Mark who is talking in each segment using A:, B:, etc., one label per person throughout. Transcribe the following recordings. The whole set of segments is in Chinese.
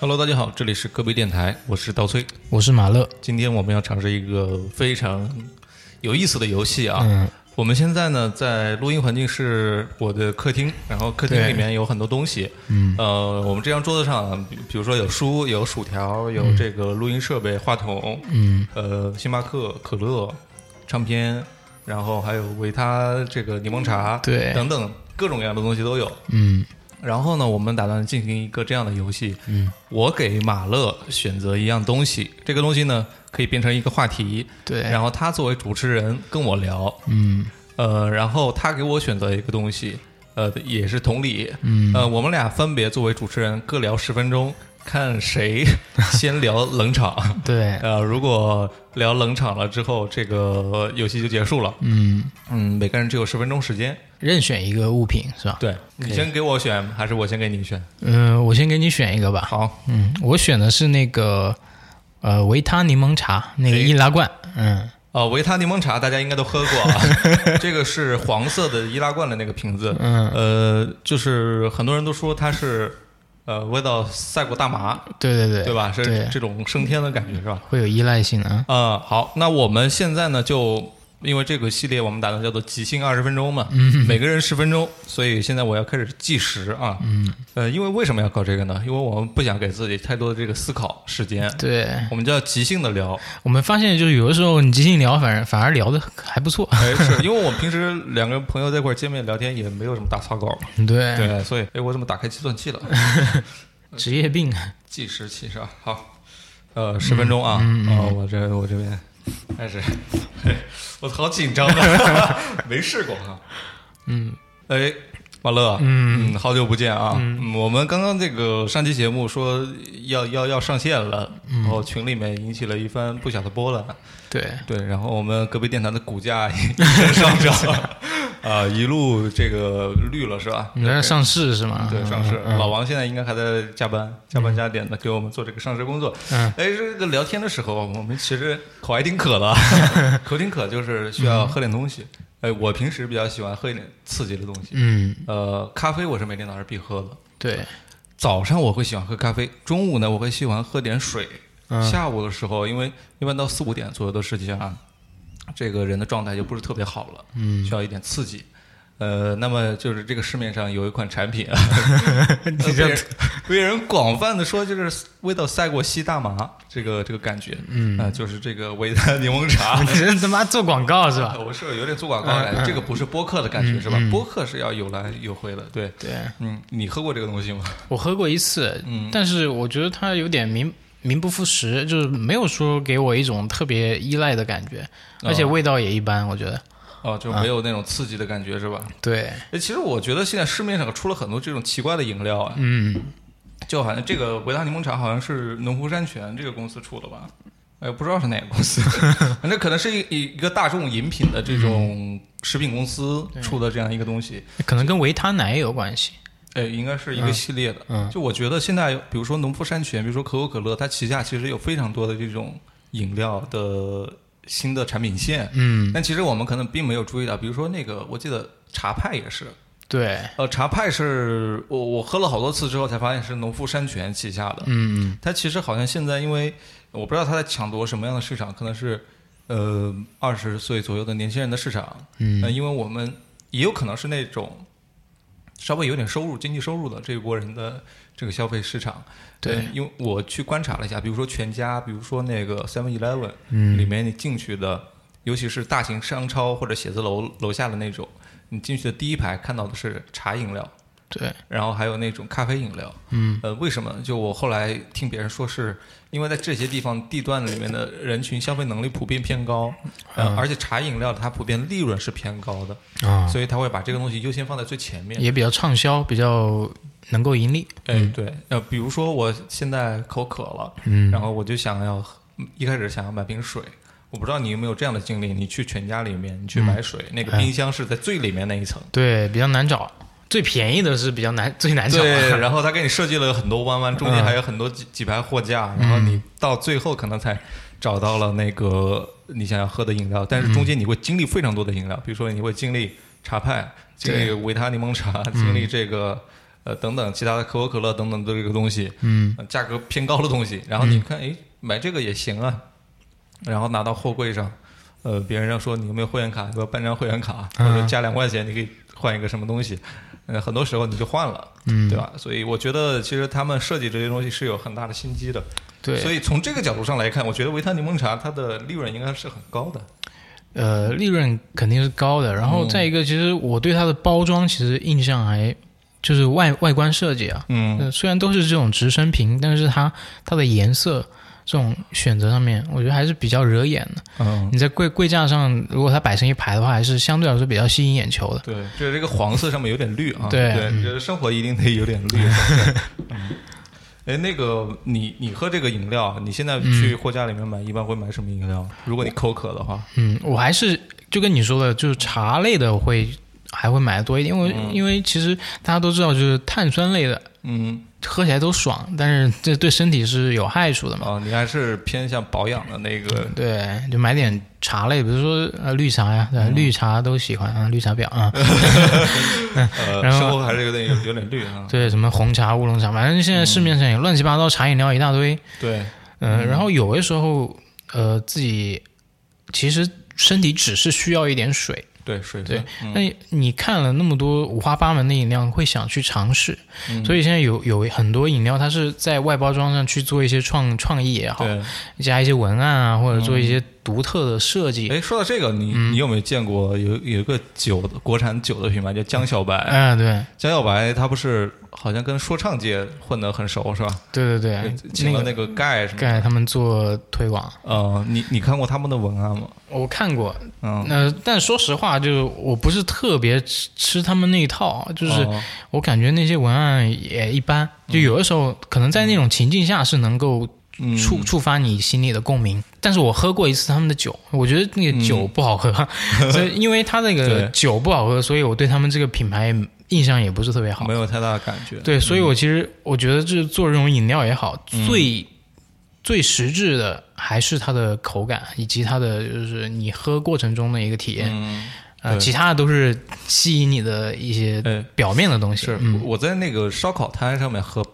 A: Hello，大家好，这里是戈壁电台，我是刀崔。
B: 我是马乐，
A: 今天我们要尝试一个非常有意思的游戏啊。
B: 嗯
A: 我们现在呢，在录音环境是我的客厅，然后客厅
B: 对
A: 里面有很多东西。
B: 嗯，
A: 呃，我们这张桌子上，比比如说有书、有薯条、有这个录音设备、话筒，
B: 嗯，
A: 呃，星巴克、可乐、唱片，然后还有维他这个柠檬茶，
B: 对
A: 等等各种各样的东西都有。
B: 嗯
A: 然后呢，我们打算进行一个这样的游戏。嗯，我给马乐选择一样东西，这个东西呢可以变成一个话题。
B: 对
A: 然后他作为主持人跟我聊，
B: 嗯
A: 呃，然后他给我选择一个东西，呃，也是同理。
B: 嗯
A: 呃，我们俩分别作为主持人各聊十分钟，看谁先聊冷 场。
B: 对，
A: 呃，如果聊冷场了之后，这个游戏就结束了。
B: 嗯，
A: 嗯，每个人只有十分钟时间。
B: 任选一个物品是吧？
A: 对你先给我选，还是我先给你选？
B: 嗯、我先给你选一个吧。
A: 好，
B: 嗯，我选的是那个呃维他柠檬茶那个易拉罐。嗯，
A: 呃，维他柠檬茶大家应该都喝过 啊，这个是黄色的易拉罐的那个瓶子，
B: 嗯
A: 呃，就是很多人都说它是呃味道赛过大麻，
B: 对对对，
A: 对吧？
B: 对
A: 是这种升天的感觉是吧？
B: 会有依赖性啊。
A: 呃，好，那我们现在呢就。因为这个系列我们打算叫做“即兴二十分钟”嘛，
B: 嗯
A: 每个人十分钟，所以现在我要开始计时啊。嗯，呃，因为为什么要搞这个呢？因为我们不想给自己太多的这个思考时间，
B: 对
A: 我们就要即兴的聊。
B: 我们发现，就是有的时候你即兴聊，反而反而聊的还不错。
A: 哎，是因为我们平时两个朋友在一块儿见面聊天也没有什么大草稿嘛，
B: 对，
A: 对，所以哎，我怎么打开计算 器了？
B: 职业病。
A: 计时器是吧？好，呃，十分钟啊，哦，我这我这边开始，嘿我好紧张 啊，没试过哈，嗯，哎。马乐，嗯好久不见啊！嗯，我们刚刚这个上期节目说要要要上线了，然后群里面引起了一番不小的波澜。
B: 对，
A: 对，然后我们隔壁电台的股价也 也上涨，啊，一路这个绿了是吧？
B: 你在上市是吗？
A: 对上市，
B: 嗯
A: 老王现在应该还在加班，加班加点的给我们做这个上市工作。
B: 嗯，
A: 哎，这个聊天的时候，啊我们其实口还挺渴的， 口挺渴就是需要喝点东西。哎，我平时比较喜欢喝一点刺激的东西，
B: 嗯，
A: 呃，咖啡我是每天早上必喝的。
B: 对，
A: 早上我会喜欢喝咖啡，中午呢我会喜欢喝点水，下午的时候，因为一般到四五点左右的时间啊，这个人的状态就不是特别好了，嗯，需要一点刺激。呃，那么就是这个市面上有一款产 品啊， 被人被人广泛的说就是味道赛过吸大麻，这个这个感觉，嗯啊、就是这个维他柠檬 茶，
B: 你这他妈做广告是吧？
A: 我是有点做广告来的，这个不是播客的感觉是吧？播客是要有来有回的， 对，
B: 对。
A: 嗯，你喝过这个东西吗？
B: 我喝过一次，但是我觉得它有点名名不副实，就是没有说给我一种特别依赖的感觉，而且味道也一般，我觉得。
A: 哦，就没有那种刺激的感觉是吧？
B: 对，
A: 哎，其实我觉得现在市面上出了很多这种奇怪的饮料啊，
B: 嗯，
A: 就好像这个维他柠檬茶好像是农夫山泉这个公司出的吧？哎，不知道是哪个公 司，反正可能是一一个大众饮品的这
B: 嗯
A: 种食品公司出的这样一个东西。
B: 可能跟维他奶有关系。
A: 哎，应该是一个系列的。
B: 嗯
A: 就我觉得现在，比如说农夫山泉，比如说可口可乐，它旗下其实有非常多的这种饮料的新的产品线。
B: 嗯，
A: 但其实我们可能并没有注意到，比如说那个，我记得茶派也是，
B: 对，
A: 呃，茶派是我我喝了好多次之后才发现是农夫山泉旗下的，
B: 嗯，
A: 它其实好像现在因为我不知道它在抢夺什么样的市场，可能是呃二十岁左右的年轻人的市场，
B: 嗯
A: 呃因为我们也有可能是那种稍微有点收入、经济收入的这一波人的这个消费市场，
B: 对
A: 呃因为我去观察了一下，比如说全家，比如说那个 Seven Eleven，
B: 嗯
A: 里面你进去的，尤其是大型商超或者写字楼楼下的那种，你进去的第一排看到的是茶饮料，
B: 对，
A: 然后还有那种咖啡饮料。
B: 嗯，
A: 呃，为什么呢？就我后来听别人说是，因为在这些地方地段里面的人群消费能力普遍偏高，呃，而且茶饮料它普遍利润是偏高的，
B: 嗯啊、嗯
A: 所以他会把这个东西优先放在最前面。
B: 也比较畅销，比较能够盈利。
A: 哎，对，呃，比如说我现在口渴了，
B: 嗯
A: 然后我就想要喝一开始想要买瓶水，我不知道你有没有这样的经历，你去全家里面你
B: 嗯
A: 去买水，那
B: 哎
A: 个冰箱是在最里面那一层，
B: 对，比较难找，最便宜的是比较难，最难嗯找。
A: 对，然后他给你设计了很多弯弯，中间还有很多几几排货架，然
B: 嗯
A: 后你到最后可能才找到了那个你想要喝的饮料，但是中
B: 嗯
A: 间你会经历非
B: 嗯
A: 常多的饮料，比如说你会经历茶派，经历维他柠檬茶，经历这个呃等等其他的可口可乐等等的这个东西，
B: 嗯
A: 呃价格偏高的东西，然后你看，哎，买这个也行啊，然后拿到货柜上，呃，别人要说你有没有会员卡，给我办张会员卡，或
B: 嗯
A: 者加两块钱，你可以换一个什么东西，呃，很多时候你就换了，
B: 嗯
A: 对吧？所以我觉得其实他们设计这些东西是有很大的心机的，
B: 对，
A: 所以从这个角度上来看，我觉得维他柠檬茶它的利润应该是很高的，
B: 呃，利润肯定是高的。然后再一个，其实我对它的包装其实印象还就是外外观设计啊，
A: 嗯
B: 呃，虽然都是这种直升瓶，但是它它的颜色这种选择上面，我觉得还是比较惹眼的。
A: 嗯，
B: 你在柜柜架上，如果它摆成一排的话，还是相对来说比较吸引眼球的。
A: 对，就是这个黄色上面有点绿啊，
B: 对
A: 对，
B: 嗯
A: 就是生活一定得有点绿。 对嗯哎，那个，你你喝这个饮料，你现
B: 嗯
A: 在去货架里面买，一般会买什么饮料？如果你口渴的话，
B: 嗯，我还是就跟你说的，就是茶类的我会还会买的多一点，因为、因为其实大家都知道，就是碳酸类的
A: 嗯，
B: 喝起来都爽，但是这对身体是有害处的嘛。
A: 啊，你还是偏向保养的那个，
B: 对，就买点茶类，比如说呃绿茶呀，对吧绿茶都喜欢啊，绿茶婊啊，
A: 呃，
B: 然后
A: 生活还是有点有有点绿啊。
B: 对，什么红茶、乌龙茶，反正现在市面上有乱七八糟茶饮料一大堆。
A: 对，
B: 嗯、然后有的时候呃自己其实身体只是需要一点水，
A: 对，水
B: 对
A: 分，，
B: 那、你看了那么多五花八门的饮料，会想去尝试，所以现在有有很多饮料，它是在外包装上去做一些创创意也好，
A: 对。
B: 加一些文案啊，或者做一些独特的设计。
A: 哎，说到这个，你
B: 嗯
A: 你有没有见过有有一个酒的国产酒的品牌叫江小白？
B: 嗯、对
A: 江小白他不是好像跟说唱界混得很熟是吧？
B: 对对对，
A: 请了
B: 哎那
A: 那
B: 个
A: 个盖什么的？
B: 盖他们做推广，
A: 呃，你你看过他们的文案吗？
B: 我看过。
A: 嗯，
B: 呃，但说实话，就是我不是特别吃吃他们那一套，啊就是
A: 哦
B: 我感觉那些文案也一般，就有的时候可能在那种情境下是能够
A: 嗯
B: 触触发你心里的共鸣。但是我喝过一次他们的酒，我觉得那个酒不好喝， 所以因为他那个
A: 嗯对
B: 酒不好喝，所以我对他们这个品牌印象也不是特别好
A: 没。有太大的感觉。
B: 对，所以我其实我觉得就是做这种饮料也好，
A: 嗯
B: 最最实质的还是它的口感以及它的就是你喝过程中的一个体验，
A: 嗯，
B: 呃，
A: 对
B: 其他的都是吸引你的一些
A: 哎，
B: 表面的东西。
A: 是
B: 嗯，
A: 我在那个烧烤摊上面喝，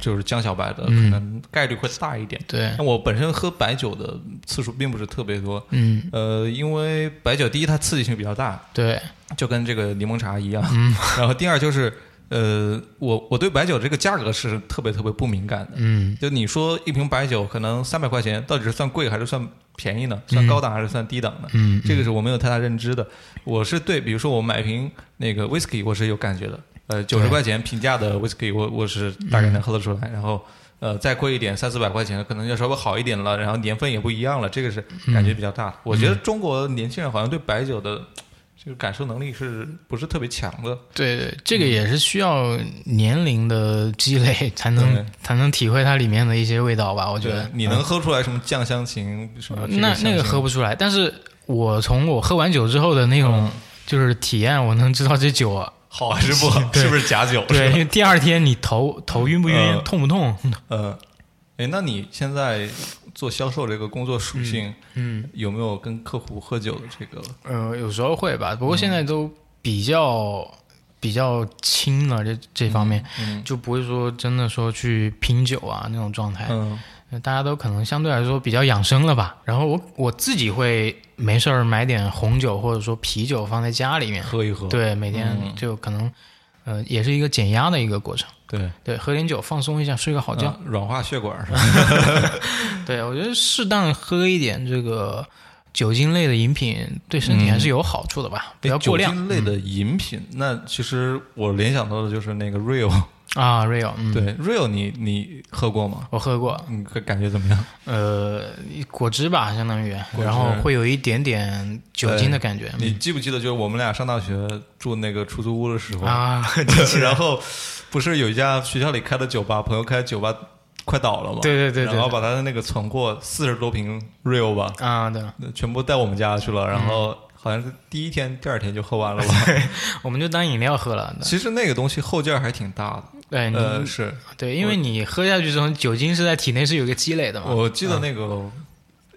A: 就是江小白的，可
B: 嗯
A: 能概率会大一点。
B: 对，
A: 但我本身喝白酒的次数并不是特别多，
B: 嗯，
A: 呃，因为白酒第一它刺激性比较大，
B: 对，
A: 就跟这个柠檬茶一样。 然后第二就是，呃，我我对白酒这个价格是特别特别不敏感的。
B: 嗯，
A: 就你说一瓶白酒可能三百块钱，到底是算贵还是算便宜呢？算高档还是算低档呢？
B: 嗯，
A: 这个是我没有太大认知的。我是对，比如说我买一瓶那个 whisky，我是有感觉的。呃，九十块钱平价的 whisky，我我是大概能
B: 嗯
A: 喝得出来。然后呃，再贵一点，三四百块钱，可能要稍微好一点了。然后年份也不一样了，这个是
B: 嗯
A: 感觉比较大的。我觉得中国年轻人好像对白酒的这个感受能力是不是特别强的？
B: 对对，这个也是需要年龄的积累才
A: 对
B: 能才能体会它里面的一些味道吧，我觉得。嗯
A: 你能喝出来什么酱香型什么这
B: 那
A: 香
B: 那个
A: 型
B: 喝不出来，但是我从我喝完酒之后的那种
A: 嗯
B: 就是体验，我能知道这酒啊，
A: 好还是不好，
B: 对
A: 是不是假酒？
B: 对，
A: 是
B: 因
A: 吧，
B: 为第二天你头头晕不晕
A: 嗯，
B: 痛不痛？
A: 呃，哎，那你现在做销售这个工作属性，
B: 嗯，
A: 有没有跟客户喝酒的这个？
B: 呃，有时候会吧，不过现在都比较比较轻了，这这方面
A: 嗯
B: 就不会说真的说去拼酒啊那种状态，
A: 嗯
B: 大家都可能相对来说比较养生了吧。然后我我自己会没事儿买点红酒或者说啤酒放在家里面，
A: 喝一喝，
B: 对，每天就可能呃也是一个减压的一个过程。
A: 对，
B: 对，喝点酒放松一下，睡个好觉。
A: 嗯软化血管 是吧？
B: 对我觉得适当喝一点这个酒精类的饮品，对身体还是有好处的吧，不要
A: 哎嗯酒
B: 过量嗯
A: 精类的饮品，那其实我联想到的就是那个 Real，
B: 啊。Real，嗯，
A: 对 Real，你你喝过吗？
B: 我喝过，
A: 你感感觉怎么样？
B: 呃，果汁吧，相当于，
A: 果汁
B: 然后会有一点点酒精的感觉
A: 你记不记得，就是我们俩上大学住那个出租屋的时候，
B: 啊。
A: 然后不是有一家学校里开的酒吧，朋友开的酒吧快倒了嘛？
B: 对对对对
A: 然后把他的那个存货四十多瓶 real 吧，
B: 啊，对了，
A: 全部带我们家去
B: 嗯
A: 了，然后好像是第一天、第二天就喝完了吧。
B: 我们就当饮料喝了。
A: 其实那个东西后劲儿还挺大的。
B: 对，哎你、
A: 呃，是
B: 啊对，因为你喝下去之后，酒精是在体内是有一个积累的嘛。
A: 我记得那个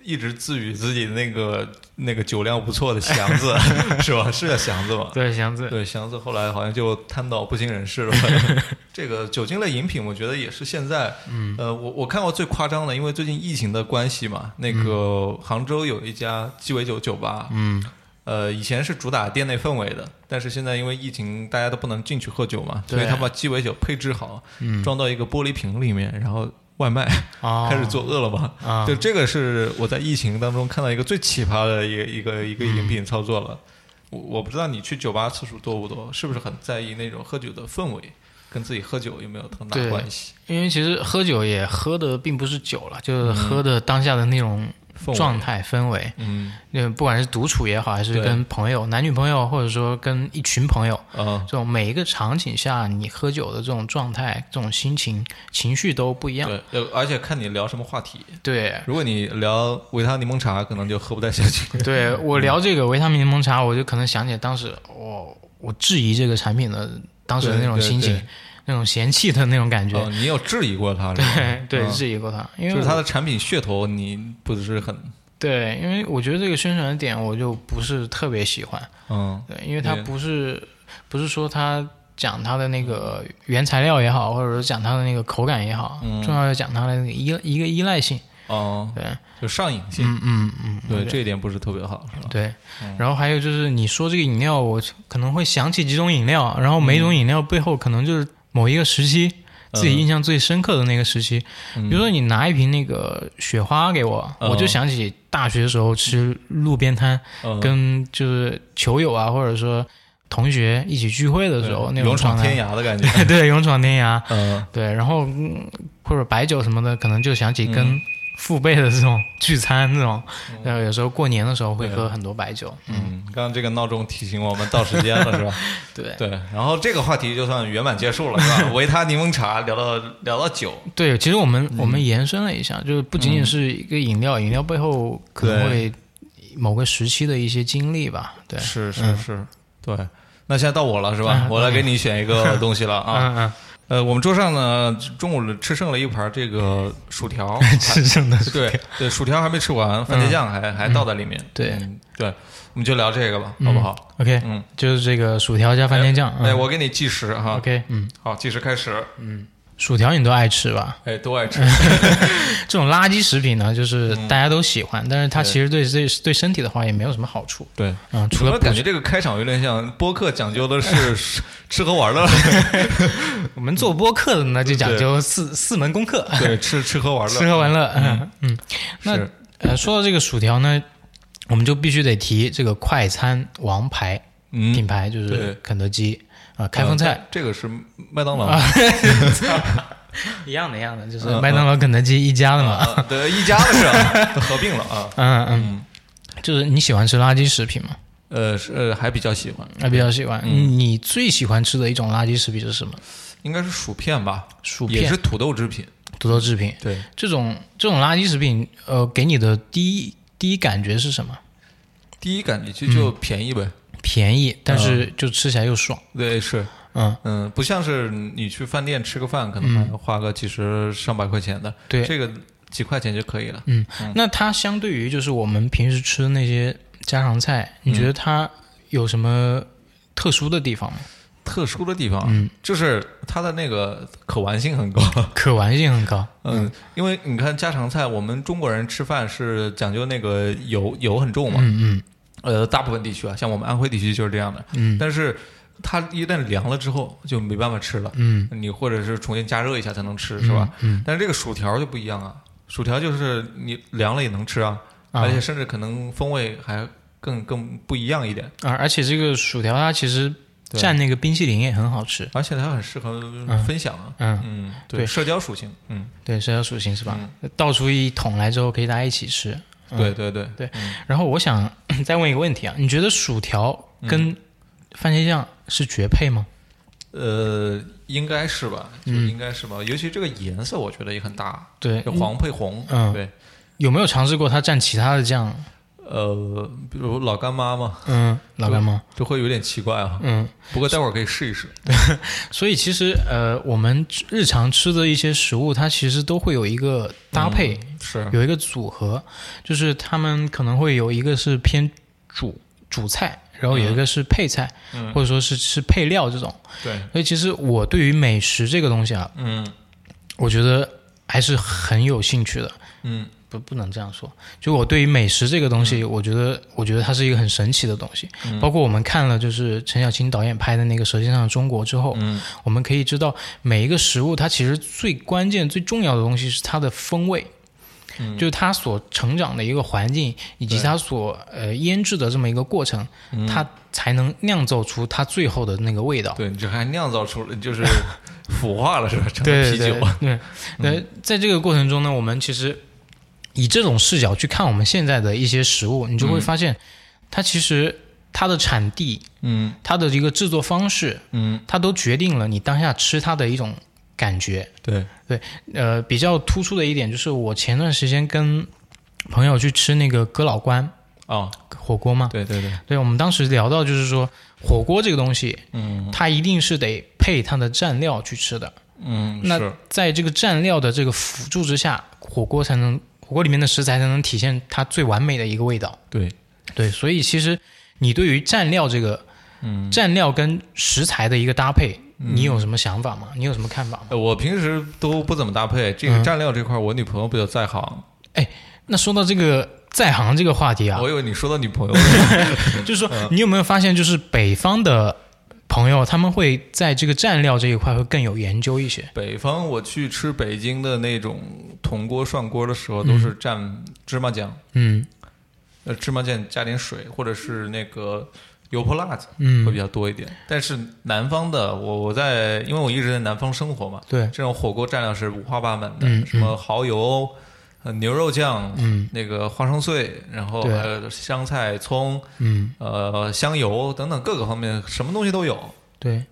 A: 一直自诩自己那个那个酒量不错的祥子 是吧？是叫祥子吧？
B: 对，祥子，
A: 对，祥子后来好像就瘫倒不省人事了。 这个酒精类饮品，我觉得也是现在，嗯、呃，我我看过最夸张的，因为最近疫情的关系嘛，那个杭州有一家鸡尾酒酒吧，
B: 嗯，
A: 呃，以前是主打店内氛围的，但是现在因为疫情，大家都不能进去喝酒嘛，所以
B: 对嗯
A: 他们把鸡尾酒配置好，装到一个玻璃瓶里面，然后外卖。
B: 哦，
A: 开始做饿了么，
B: 啊
A: 就这个是我在疫情当中看到一个最奇葩的一个一个一个饮品操作
B: 嗯
A: 了。我我不知道你去酒吧次数多不多，是不是很在意那种喝酒的氛围，跟自己喝酒有没有很大
B: 对
A: 关系？
B: 因为其实喝酒也喝的并不是酒了，就是喝的当下的那种
A: 嗯氛围
B: 状态氛围。
A: 嗯
B: 嗯，不管是独处也好，还是
A: 对
B: 跟朋友、男女朋友，或者说跟一群朋友，
A: 啊
B: 这种每一个场景下你喝酒的这种状态、这种心情、情绪都不一样。
A: 对，呃而且看你聊什么话题。
B: 对，
A: 如果你聊维他柠檬茶，可能就喝不太下去。
B: 对我聊这个维他命柠檬茶，我就可能想起当时我我质疑这个产品的当啊时的那种
A: 对对
B: 心情
A: 对，
B: 那种嫌弃的那种感觉。
A: 哦，你有质疑过它？是吧
B: 对对，
A: 嗯
B: 质疑过它，因为
A: 就是它
B: 我
A: 的产品噱头，你不是很
B: 对，因为我觉得这个宣传点我就不是特别喜欢，
A: 嗯
B: 对，因为它
A: 对
B: 不是不是说它讲它的那个原材料也好，或者说讲它的那个口感也好，
A: 嗯
B: 重要是讲它的那个依一个依赖性，
A: 哦，
B: 对，
A: 就上瘾性。
B: 嗯嗯嗯，
A: 对，嗯这一点不是特别好，是吧？
B: 对，然后还有就是你说这个饮料，我可能会想起几种饮料，然后每
A: 嗯
B: 种饮料背后可能就是某一个时期自己印象最深刻的那个时期。比如说你拿一瓶那个雪花给我，
A: 嗯
B: 我就想起大学的时候吃路边摊，
A: 嗯
B: 跟就是球友啊，或者说同学一起聚会的时候那种
A: 勇闯
B: 状态
A: 天。涯的感 觉。
B: 对，勇闯天涯。
A: 嗯，
B: 对，然后嗯或者白酒什么的，可能就想起跟父辈的这种聚餐这种，然后有时候过年的时候会
A: 对
B: 喝很多白酒。
A: 嗯，刚刚这个闹钟提醒我们到时间了，是吧？
B: 对
A: 对，然后这个话题就算圆满结束了，是 吧？维他柠檬茶聊到聊到酒，
B: 对，其实我们、我们延伸了一下，就是不仅仅是一个饮料，饮料背后可能会某个时期的一些经历吧。对，嗯
A: 是是是，对。那现在到我了，是吧
B: 啊？
A: 我来给你选一个东西了啊。
B: 嗯
A: 呃，我们桌上呢，中午吃剩了一盘这个薯 条，
B: 嗯，是真的，
A: 对对，薯条还没吃完，番茄酱还还倒在里面。
B: 对
A: 嗯对，我们就聊这个吧，好不好？
B: OK，
A: 嗯，
B: 就是这个薯条加番茄酱。
A: 哎，
B: 嗯
A: 我给你计时哈。
B: OK，嗯，
A: 好，计时开始。
B: 薯条你都爱吃吧？
A: 哎，都爱吃。
B: 嗯这种垃圾食品呢，就是
A: 嗯
B: 大家都喜欢，但是它其实对对对身体的话也没有什么好处。
A: 对，
B: 嗯，除
A: 除了
B: 了补
A: 感觉这个开场有点像播客，讲究的是 吃吃喝玩乐，
B: 我们做播客的呢，就讲究四四门功课，
A: 对，吃吃喝嗯玩
B: 吃
A: 乐，
B: 喝玩乐。嗯嗯，那
A: 是
B: 呃，说到这个薯条呢，我们就必须得提这个快餐王牌品
A: 嗯，
B: 牌，就
A: 对嗯
B: 是肯德基啊、开封菜、
A: 这个是麦当劳，
B: 一样的，一样的，就是
A: 嗯
B: 麦当劳、肯德基一家的嘛。
A: 啊 对，一家子是吧 都合并了啊，
B: 嗯嗯，就是你喜欢吃垃圾食品吗？
A: 呃，是呃还比较喜欢，
B: 啊，比较喜欢。
A: 嗯
B: 你最喜欢吃的一种垃圾食品是什么？
A: 应该是薯片吧，
B: 薯
A: 也
B: 片
A: 是、土豆制品，
B: 土豆制品。
A: 对，
B: 这种这种垃圾食品，呃，给你的第一第一感觉是什么？
A: 第一感觉就就便宜呗，
B: 便宜，但是就吃起来又爽。
A: 对，是，
B: 嗯，
A: 嗯，不像是你去饭店吃个饭，可能还要花个几十上百块钱的，
B: 对。
A: 这个几块钱就可以了，
B: 嗯，那它相对于就是我们平时吃的那些家常菜，你觉得它有什么特殊的地方吗？
A: 特殊的地方啊
B: 嗯
A: 就是它的那个可玩性很高。
B: 可玩性很高。
A: 嗯，因为你看家常菜，我们中国人吃饭是讲究那个油油很重嘛，
B: 嗯
A: 呃，大部分地区啊，像我们安徽地区就是这样的。
B: 嗯
A: 但是它一旦凉了之后就没办法吃了，
B: 嗯
A: 你或者是重新加热一下才能吃，
B: 嗯，
A: 是吧？？
B: 嗯
A: 但是这个薯条就不一样啊，薯条就是你凉了也能吃啊，
B: 啊
A: 而且甚至可能风味还更更不一样一点，
B: 啊，而且这个薯条它其实
A: 对
B: 蘸那个冰淇淋也很好吃。
A: 而且它很适合分享啊。
B: 嗯，
A: 嗯，
B: 对
A: 社交属性，嗯，
B: 对，社交属性是吧？倒出一桶来之后，可以大家一起吃。嗯
A: 对对对，
B: 然后我想 再问一个问题啊，你觉得薯条
A: 嗯
B: 跟番茄酱是绝配吗？
A: 呃，应该是吧，就
B: 嗯
A: 应该是吧，尤其这个颜色，我觉得也很大，
B: 对
A: 就，黄配红，
B: 嗯
A: 对，
B: 有没有尝试过它蘸其他的酱？
A: 呃，比如老干妈嘛，
B: 嗯，老干妈，
A: 就会有点奇怪啊。
B: 嗯，
A: 不过待会儿可以试一试。
B: 所以其实呃，我们日常吃的一些食物，它其实都会有一个搭配，
A: 嗯是，
B: 有一个组合，就是他们可能会有一个是偏主主菜，然后有一个是配菜，
A: 嗯
B: 或者说是吃配料这种。
A: 对，
B: 所以其实我对于美食这个东西啊，
A: 嗯
B: 我觉得还是很有兴趣的。
A: 嗯
B: 不，不能这样说。就我对于美食这个东西，我觉得，我觉得它是一个很神奇的东西。
A: 嗯
B: 包括我们看了就是陈小青导演拍的那个《舌尖上的中国》之后，
A: 嗯
B: 我们可以知道每一个食物它其实最关键、最重要的东西是它的风味，
A: 嗯
B: 就是它所成长的一个环境以及
A: 对嗯
B: 它所呃腌制的这么一个过程，它才能酿造出它最后的那个味道。
A: 对你这还酿造出了，就是 腐化了是吧？成了
B: 对
A: 啤
B: 对
A: 酒嗯
B: 对。 对，那在这个过程中呢，我们其实以这种视角去看我们现在的一些食物，你就会发现，它其实它的产地、
A: 嗯
B: 它的一个制作方式，
A: 嗯，
B: 它都决定了你当下吃它的一种感觉。
A: 对，
B: 呃，比较突出的一点就是，我前段时间跟朋友去吃那个哥老关
A: 啊，
B: 火锅嘛，
A: 对对对，
B: 对我们当时聊到就是说，火锅这个东西，
A: 嗯
B: 它一定是得配它的蘸料去吃的。
A: 嗯，
B: 那
A: 是
B: 在这个蘸料的这个辅助之下，火锅才能火锅里面的食材才能体现它最完美的一个味道。
A: 对，
B: 对，所以其实你对于蘸料这个，
A: 嗯，
B: 蘸料跟食材的一个搭配，你有什么想法吗？你有什么看法吗？
A: 呃我平时都不怎么搭配这个
B: 嗯
A: 蘸料这块，我女朋友比较在行。
B: 那说到这个在行这个话题啊，
A: 我以为你说到女朋友，
B: 就是说
A: 呃
B: 你有没有发现，就是北方的朋友他们会在这个蘸料这一块会更有研究一些。
A: 北方我去吃北京的那种铜锅涮锅的时候，都是蘸芝麻酱，
B: 嗯
A: 呃，芝麻酱加点水，或者是那个油泼辣子会比
B: 嗯，
A: 较多一点。但是南方的，我我在因为我一直在南方生活嘛，
B: 对，
A: 这种火锅蘸料是五花八门的，
B: 嗯
A: 什么蚝油、呃、牛肉酱、
B: 嗯
A: 那个花生碎，然后
B: 对
A: 还有香菜、葱、
B: 嗯
A: 呃香油等等各个方面，什么东西都有，
B: 对，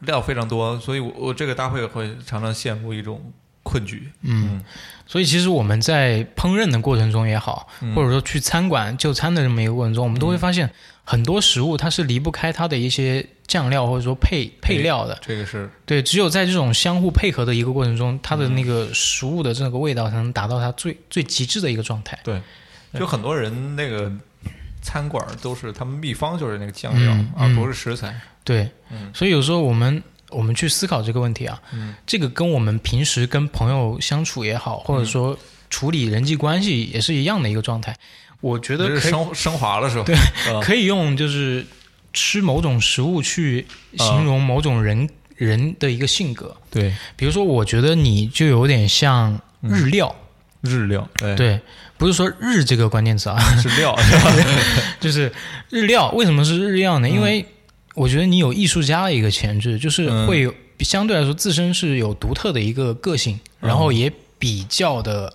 A: 料非常多，所以我我这个搭配会常常陷入一种困局。
B: 嗯，所以其实我们在烹饪的过程中也好，
A: 嗯
B: 或者说去餐馆就餐的这么一个过程中，我们都会发现很多食物它是离不开它的一些酱料或者说配配料的。
A: 这个是
B: 对，只有在这种相互配合的一个过程中，它的那
A: 嗯
B: 个食物的这个味道才能达到它最最极致的一个状态。
A: 对，
B: 哎
A: 就很多人那个餐馆都是他们秘方就是那个酱料，
B: 嗯
A: 而
B: 嗯
A: 不是食材。
B: 对，
A: 嗯
B: 所以有时候我们我们去思考这个问题啊，
A: 嗯
B: 这个跟我们平时跟朋友相处也好，或者说处理人际关系也是一样的一个状态。我觉
A: 这是
B: 得可以
A: 升升华了是吧？
B: 对
A: 呃
B: 可以用就是吃某种食物去形容某种人、人的一个性格。
A: 对，
B: 比如说，我觉得你就有点像日料，
A: 日料对
B: 对，不是说日这个关键词啊，
A: 是料是吧？
B: 就是日料。为什么是日料呢？因为我觉得你有艺术家的一个潜质，就是
A: 嗯
B: 会有、相对来说自身是有独特的一个个性，然后也比较的，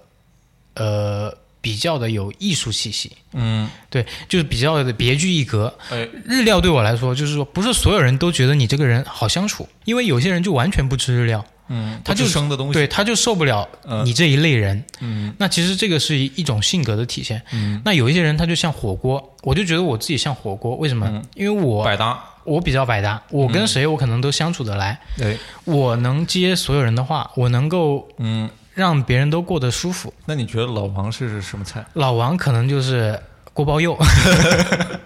B: 呃，比较的有艺术气息，
A: 嗯，
B: 对，就是比较的别具一格。
A: 哎，
B: 日料对我来说，就是说不是所有人都觉得你这个人好相处，因为有些人就完全不吃日料，
A: 嗯，
B: 它就
A: 不吃生的东西，
B: 对，他就受不了
A: 嗯
B: 你这一类人。
A: 嗯
B: 那其实这个是一种性格的体现。
A: 嗯，
B: 那有一些人他就像火锅，我就觉得我自己像火锅，为什么？
A: 嗯
B: 因为我
A: 百搭，
B: 我比较百搭，我跟谁我可能都相处得来，
A: 哎，
B: 我能接所有人的话，我能够
A: 嗯，
B: 让别人都过得舒服。
A: 那你觉得老王是什么菜？
B: 老王可能就是锅包肉，
A: 嗯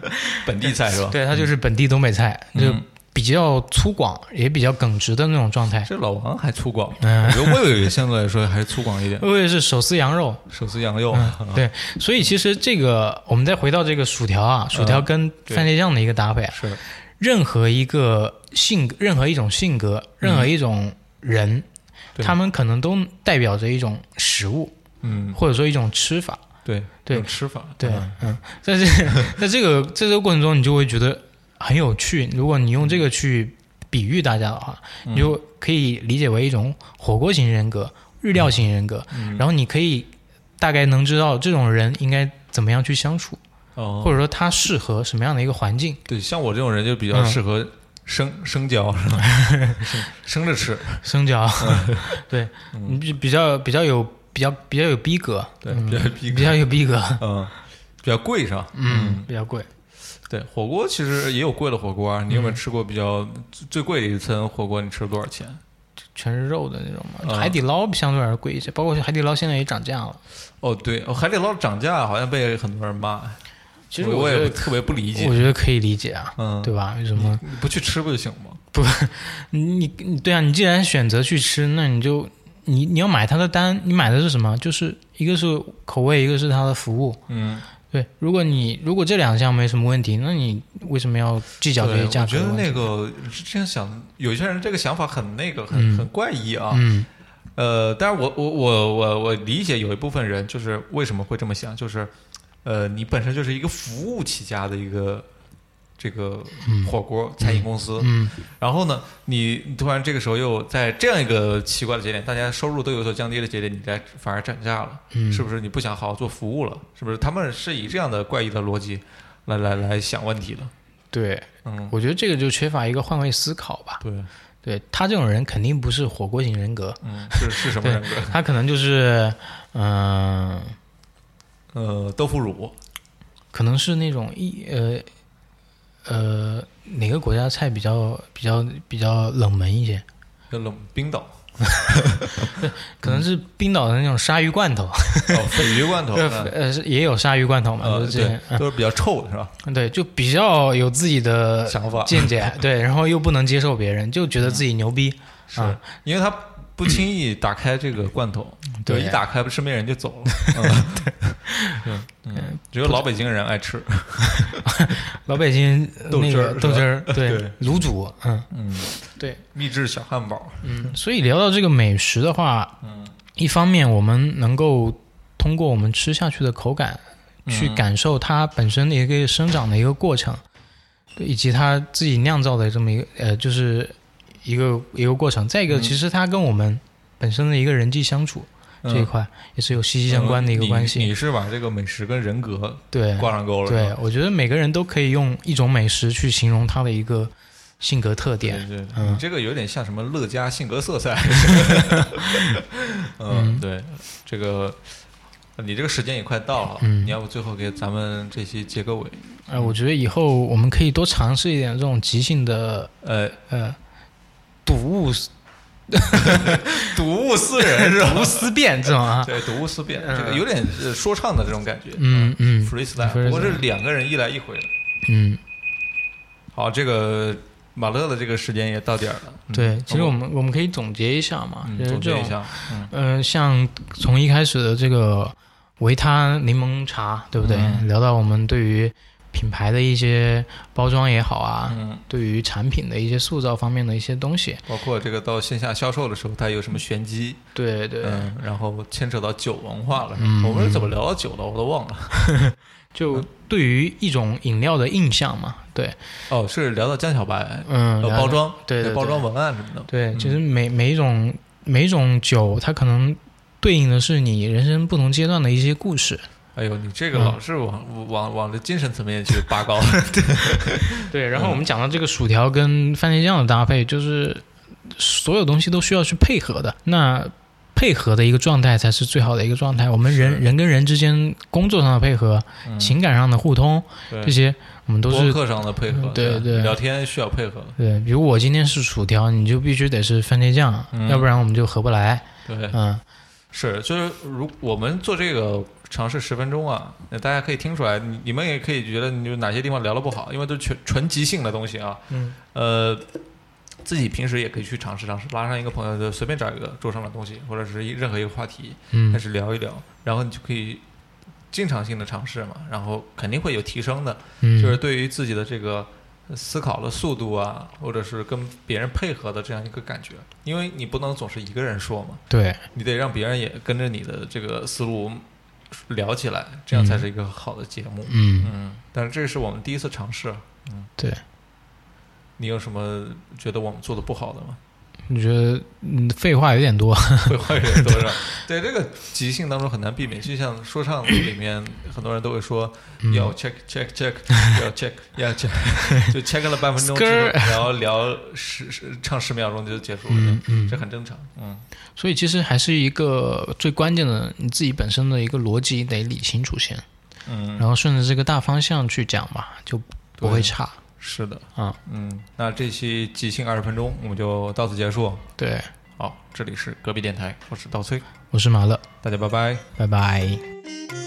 A: 本地菜是吧？
B: 对他就是本地东北菜，就
A: 嗯
B: 比较粗犷，也比较耿直的那种状态。
A: 这老王还粗犷，
B: 嗯
A: 我觉得魏伟相对来说还是粗犷一点，
B: 我也是手撕羊肉，
A: 手撕羊肉，
B: 嗯
A: 啊
B: 对，所以其实这个我们再回到这个薯条啊，薯
A: 嗯
B: 条跟番茄酱的一个搭配啊，
A: 是，
B: 任何一个性格，任何一种性格，任何一种人，
A: 嗯对
B: 他们可能都代表着一种食物，
A: 嗯，
B: 或者说一种吃法。
A: 对，
B: 对
A: 有吃法，
B: 对
A: 嗯，
B: 嗯，在这 在这个在这个过程中，你就会觉得很有趣。如果你用
A: 嗯
B: 这个去比喻大家的话，你就可以理解为一种火锅型人格、日
A: 嗯
B: 料型人格，然后你可以大概能知道这种人应该怎么样去相处，
A: 哦，
B: 或者说他适合什么样的一个环境。
A: 对，像我这种人就
B: 嗯
A: 比较适合生生嚼，是吧？ 生生着吃，
B: 生嚼，
A: 嗯
B: 对，你比比较比较有比较比较有逼格，
A: 对，
B: 嗯
A: 比较逼
B: 比
A: 格，
B: 较有逼格，
A: 嗯，比较贵是吧？
B: 嗯，比较贵。
A: 对，火锅其实也有贵的火锅啊。你
B: 嗯
A: 有没有吃过比较最最贵的一餐火锅？你吃了多少钱？
B: 全是肉的那种嘛。
A: 嗯
B: 海底捞相对来说贵一些，包括海底捞现在也涨价了。
A: 哦，对，哦海底捞涨价好像被很多人骂，
B: 其实
A: 我我
B: 觉
A: 也
B: 得，
A: 特别不理
B: 我
A: 解。
B: 觉得可以理解啊，
A: 嗯，
B: 对吧？为什么？
A: 你不去吃不就行吗？
B: 你你你对啊，你既然选择去吃，那你就你你要买它的单，你买的是什么？就是一个是口味，一个是它的服务。
A: 嗯，
B: 对，如果你如果这两项没什么问题，那你为什么要计较这
A: 对
B: 些价
A: 我
B: 格
A: 觉
B: 的
A: 得
B: 问题？
A: 那个这样想，有些人这个想法很那个，很、
B: 嗯
A: 很怪异啊。
B: 嗯
A: 呃，但是我我我我我理解有一部分人就是为什么会这么想，就是呃，你本身就是一个服务起家的一个这个火锅餐饮公司，
B: 嗯
A: 然后呢，你突然这个时候又在这样一个奇怪的节点，大家收入都有所降低的节点，你来反而涨价了，
B: 嗯，
A: 是不是？你不想好好做服务了，是不是？他们是以这样的怪异的逻辑来来来想问题的，
B: 对，
A: 嗯，
B: 我觉得这个就缺乏一个换位思考吧。
A: 对，
B: 对他这种人肯定不是火锅型人格，
A: 嗯，是是什么
B: 对
A: 人格？
B: 他可能就是嗯、
A: 呃，豆腐乳，
B: 可能是那种一呃呃哪个国家的菜比较比较比较冷门一些，
A: 就冷冰 岛，哦嗯
B: 可能是冰岛的那种鲨鱼罐头，
A: 哦，鲱鱼罐头， 嗯
B: 呃是也有鲨鱼罐头嘛，
A: 呃，
B: 就是这些
A: 对，都是比较臭的是吧？
B: 嗯对，就比较有自己的
A: 想法
B: 见解，对，然后又不能接受别人，就觉得自己牛逼，啊
A: 是因为他不轻易打开这个罐头，
B: 嗯对
A: 就一打开，身边人就走了。 嗯对，嗯，只有老北京人爱吃。
B: 老北京呃
A: 豆
B: 那
A: 汁儿
B: 个豆汁儿，
A: 对
B: 对，卤煮，嗯，
A: 嗯，
B: 对，
A: 秘制小汉堡。
B: 嗯，所以聊到这个美食的话，
A: 嗯，
B: 一方面我们能够通过我们吃下去的口感，去
A: 嗯
B: 感受它本身的一个生长的一个过程，对以及它自己酿造的这么一个呃，就是一个一个过程。再一个，
A: 嗯
B: 其实它跟我们本身的一个人际相处这一
A: 嗯
B: 块也是有息息相关的一个关
A: 你
B: 系。
A: 你是把这个美食跟人格
B: 对，
A: 挂上钩了？是
B: 对
A: 吧，
B: 我觉得每个人都可以用一种美食去形容它的一个性格特
A: 对
B: 点。
A: 对，对
B: 嗯
A: 你这个有点像什么乐嘉性格 色彩。嗯，对，这个。你这个时间也快到了，
B: 嗯
A: 你要不最后给咱们这期结个尾？
B: 呃，我觉得以后我们可以多尝试一点这种即兴的
A: 呃，
B: 呃，睹物
A: 睹物思人 是吧？
B: 睹物思变这种啊，
A: 对，睹物思变，
B: 嗯
A: 这个有点呃说唱的这种感觉。
B: 嗯嗯
A: freestyle，
B: freestyle
A: 不过是两个人一来一回的。
B: 嗯，
A: 好，这个马乐的这个时间也到点儿了。嗯
B: 对，其实我
A: 们
B: 们我们可以总结一下嘛，
A: 嗯
B: 就是
A: 总
B: 这
A: 结一
B: 种，
A: 下，嗯
B: 呃，像从一开始的这个维他柠檬茶，对不对？
A: 嗯
B: 聊到我们对于品牌的一些包装也好啊，
A: 嗯，
B: 对于产品的一些塑造方面的一些东西，
A: 包括这个到线下销售的时候，它有什么玄机？
B: 对对，
A: 嗯，然后牵扯到酒文化了。
B: 嗯
A: 我们是怎么聊到酒的，我都忘了。
B: 就对于一种饮料的印象嘛，对，
A: 哦，是聊到江小白，
B: 嗯，
A: 呃，
B: 了
A: 包
B: 解
A: 装，
B: 对对对
A: 包装文案什么的。
B: 对，
A: 嗯
B: 其实每每一种每一种酒，它可能对应的是你人生不同阶段的一些故事。
A: 哎呦，你这个
B: 嗯
A: 老是往往往这精神层面去拔 高。
B: 对，然后我们讲到这个薯条跟番茄酱的搭配，就是所有东西都需要去配合的。那配合的一个状态才是最好的一个状态。我们
A: 是
B: 人人跟人之间工作上的配合、
A: 嗯
B: 情感上的互通，
A: 对
B: 这些我们都
A: 播
B: 是
A: 客上的配合，
B: 嗯对
A: 吧
B: 对
A: 聊天需要配合，
B: 对。比如我今天是薯条，你就必须得是番茄酱，
A: 嗯
B: 要不然我们就合不来。
A: 对，
B: 嗯，
A: 是，就是如我们做这个尝试十分钟啊，那大家可以听出来，你你们也可以觉得你有哪些地方聊的不好，因为都是纯纯即兴的东西啊。
B: 嗯，
A: 呃，自己平时也可以去尝试尝试，拉上一个朋友，就随便找一个桌上的东西，或者是一任何一个话题，开
B: 嗯，
A: 始聊一聊，然后你就可以经常性的尝试嘛，然后肯定会有提升的。
B: 嗯，
A: 就是对于自己的这个思考的速度啊，或者是跟别人配合的这样一个感觉，因为你不能总是一个人说嘛，
B: 对，
A: 你得让别人也跟着你的这个思路聊起来，这样才是一个好的节目。
B: 嗯。
A: 嗯，但是这是我们第一次尝试。嗯，
B: 对。
A: 你有什么觉得我们做的不好的吗？
B: 你觉得嗯，废话有点多，
A: 会坏人多少？对这个即兴当中很难避免，就像说唱里面很多人都会说
B: 嗯
A: 要 check check check 要 check 要 check，就 check 了半分钟之后，
B: Skr
A: 然后聊十十唱十秒钟就结束了，
B: 嗯嗯
A: 这很正常。嗯，
B: 所以其实还是一个最关键的你自己本身的一个逻辑得理清楚先。
A: 嗯，
B: 然后顺着这个大方向去讲吧，就不会差
A: 是的，
B: 啊。
A: 嗯，那这期即兴二十分钟我们就到此结束。
B: 对，
A: 好，这里是隔壁电台，我是稻崔，
B: 我是马乐，
A: 大家拜拜。
B: 拜拜。
C: Thank you.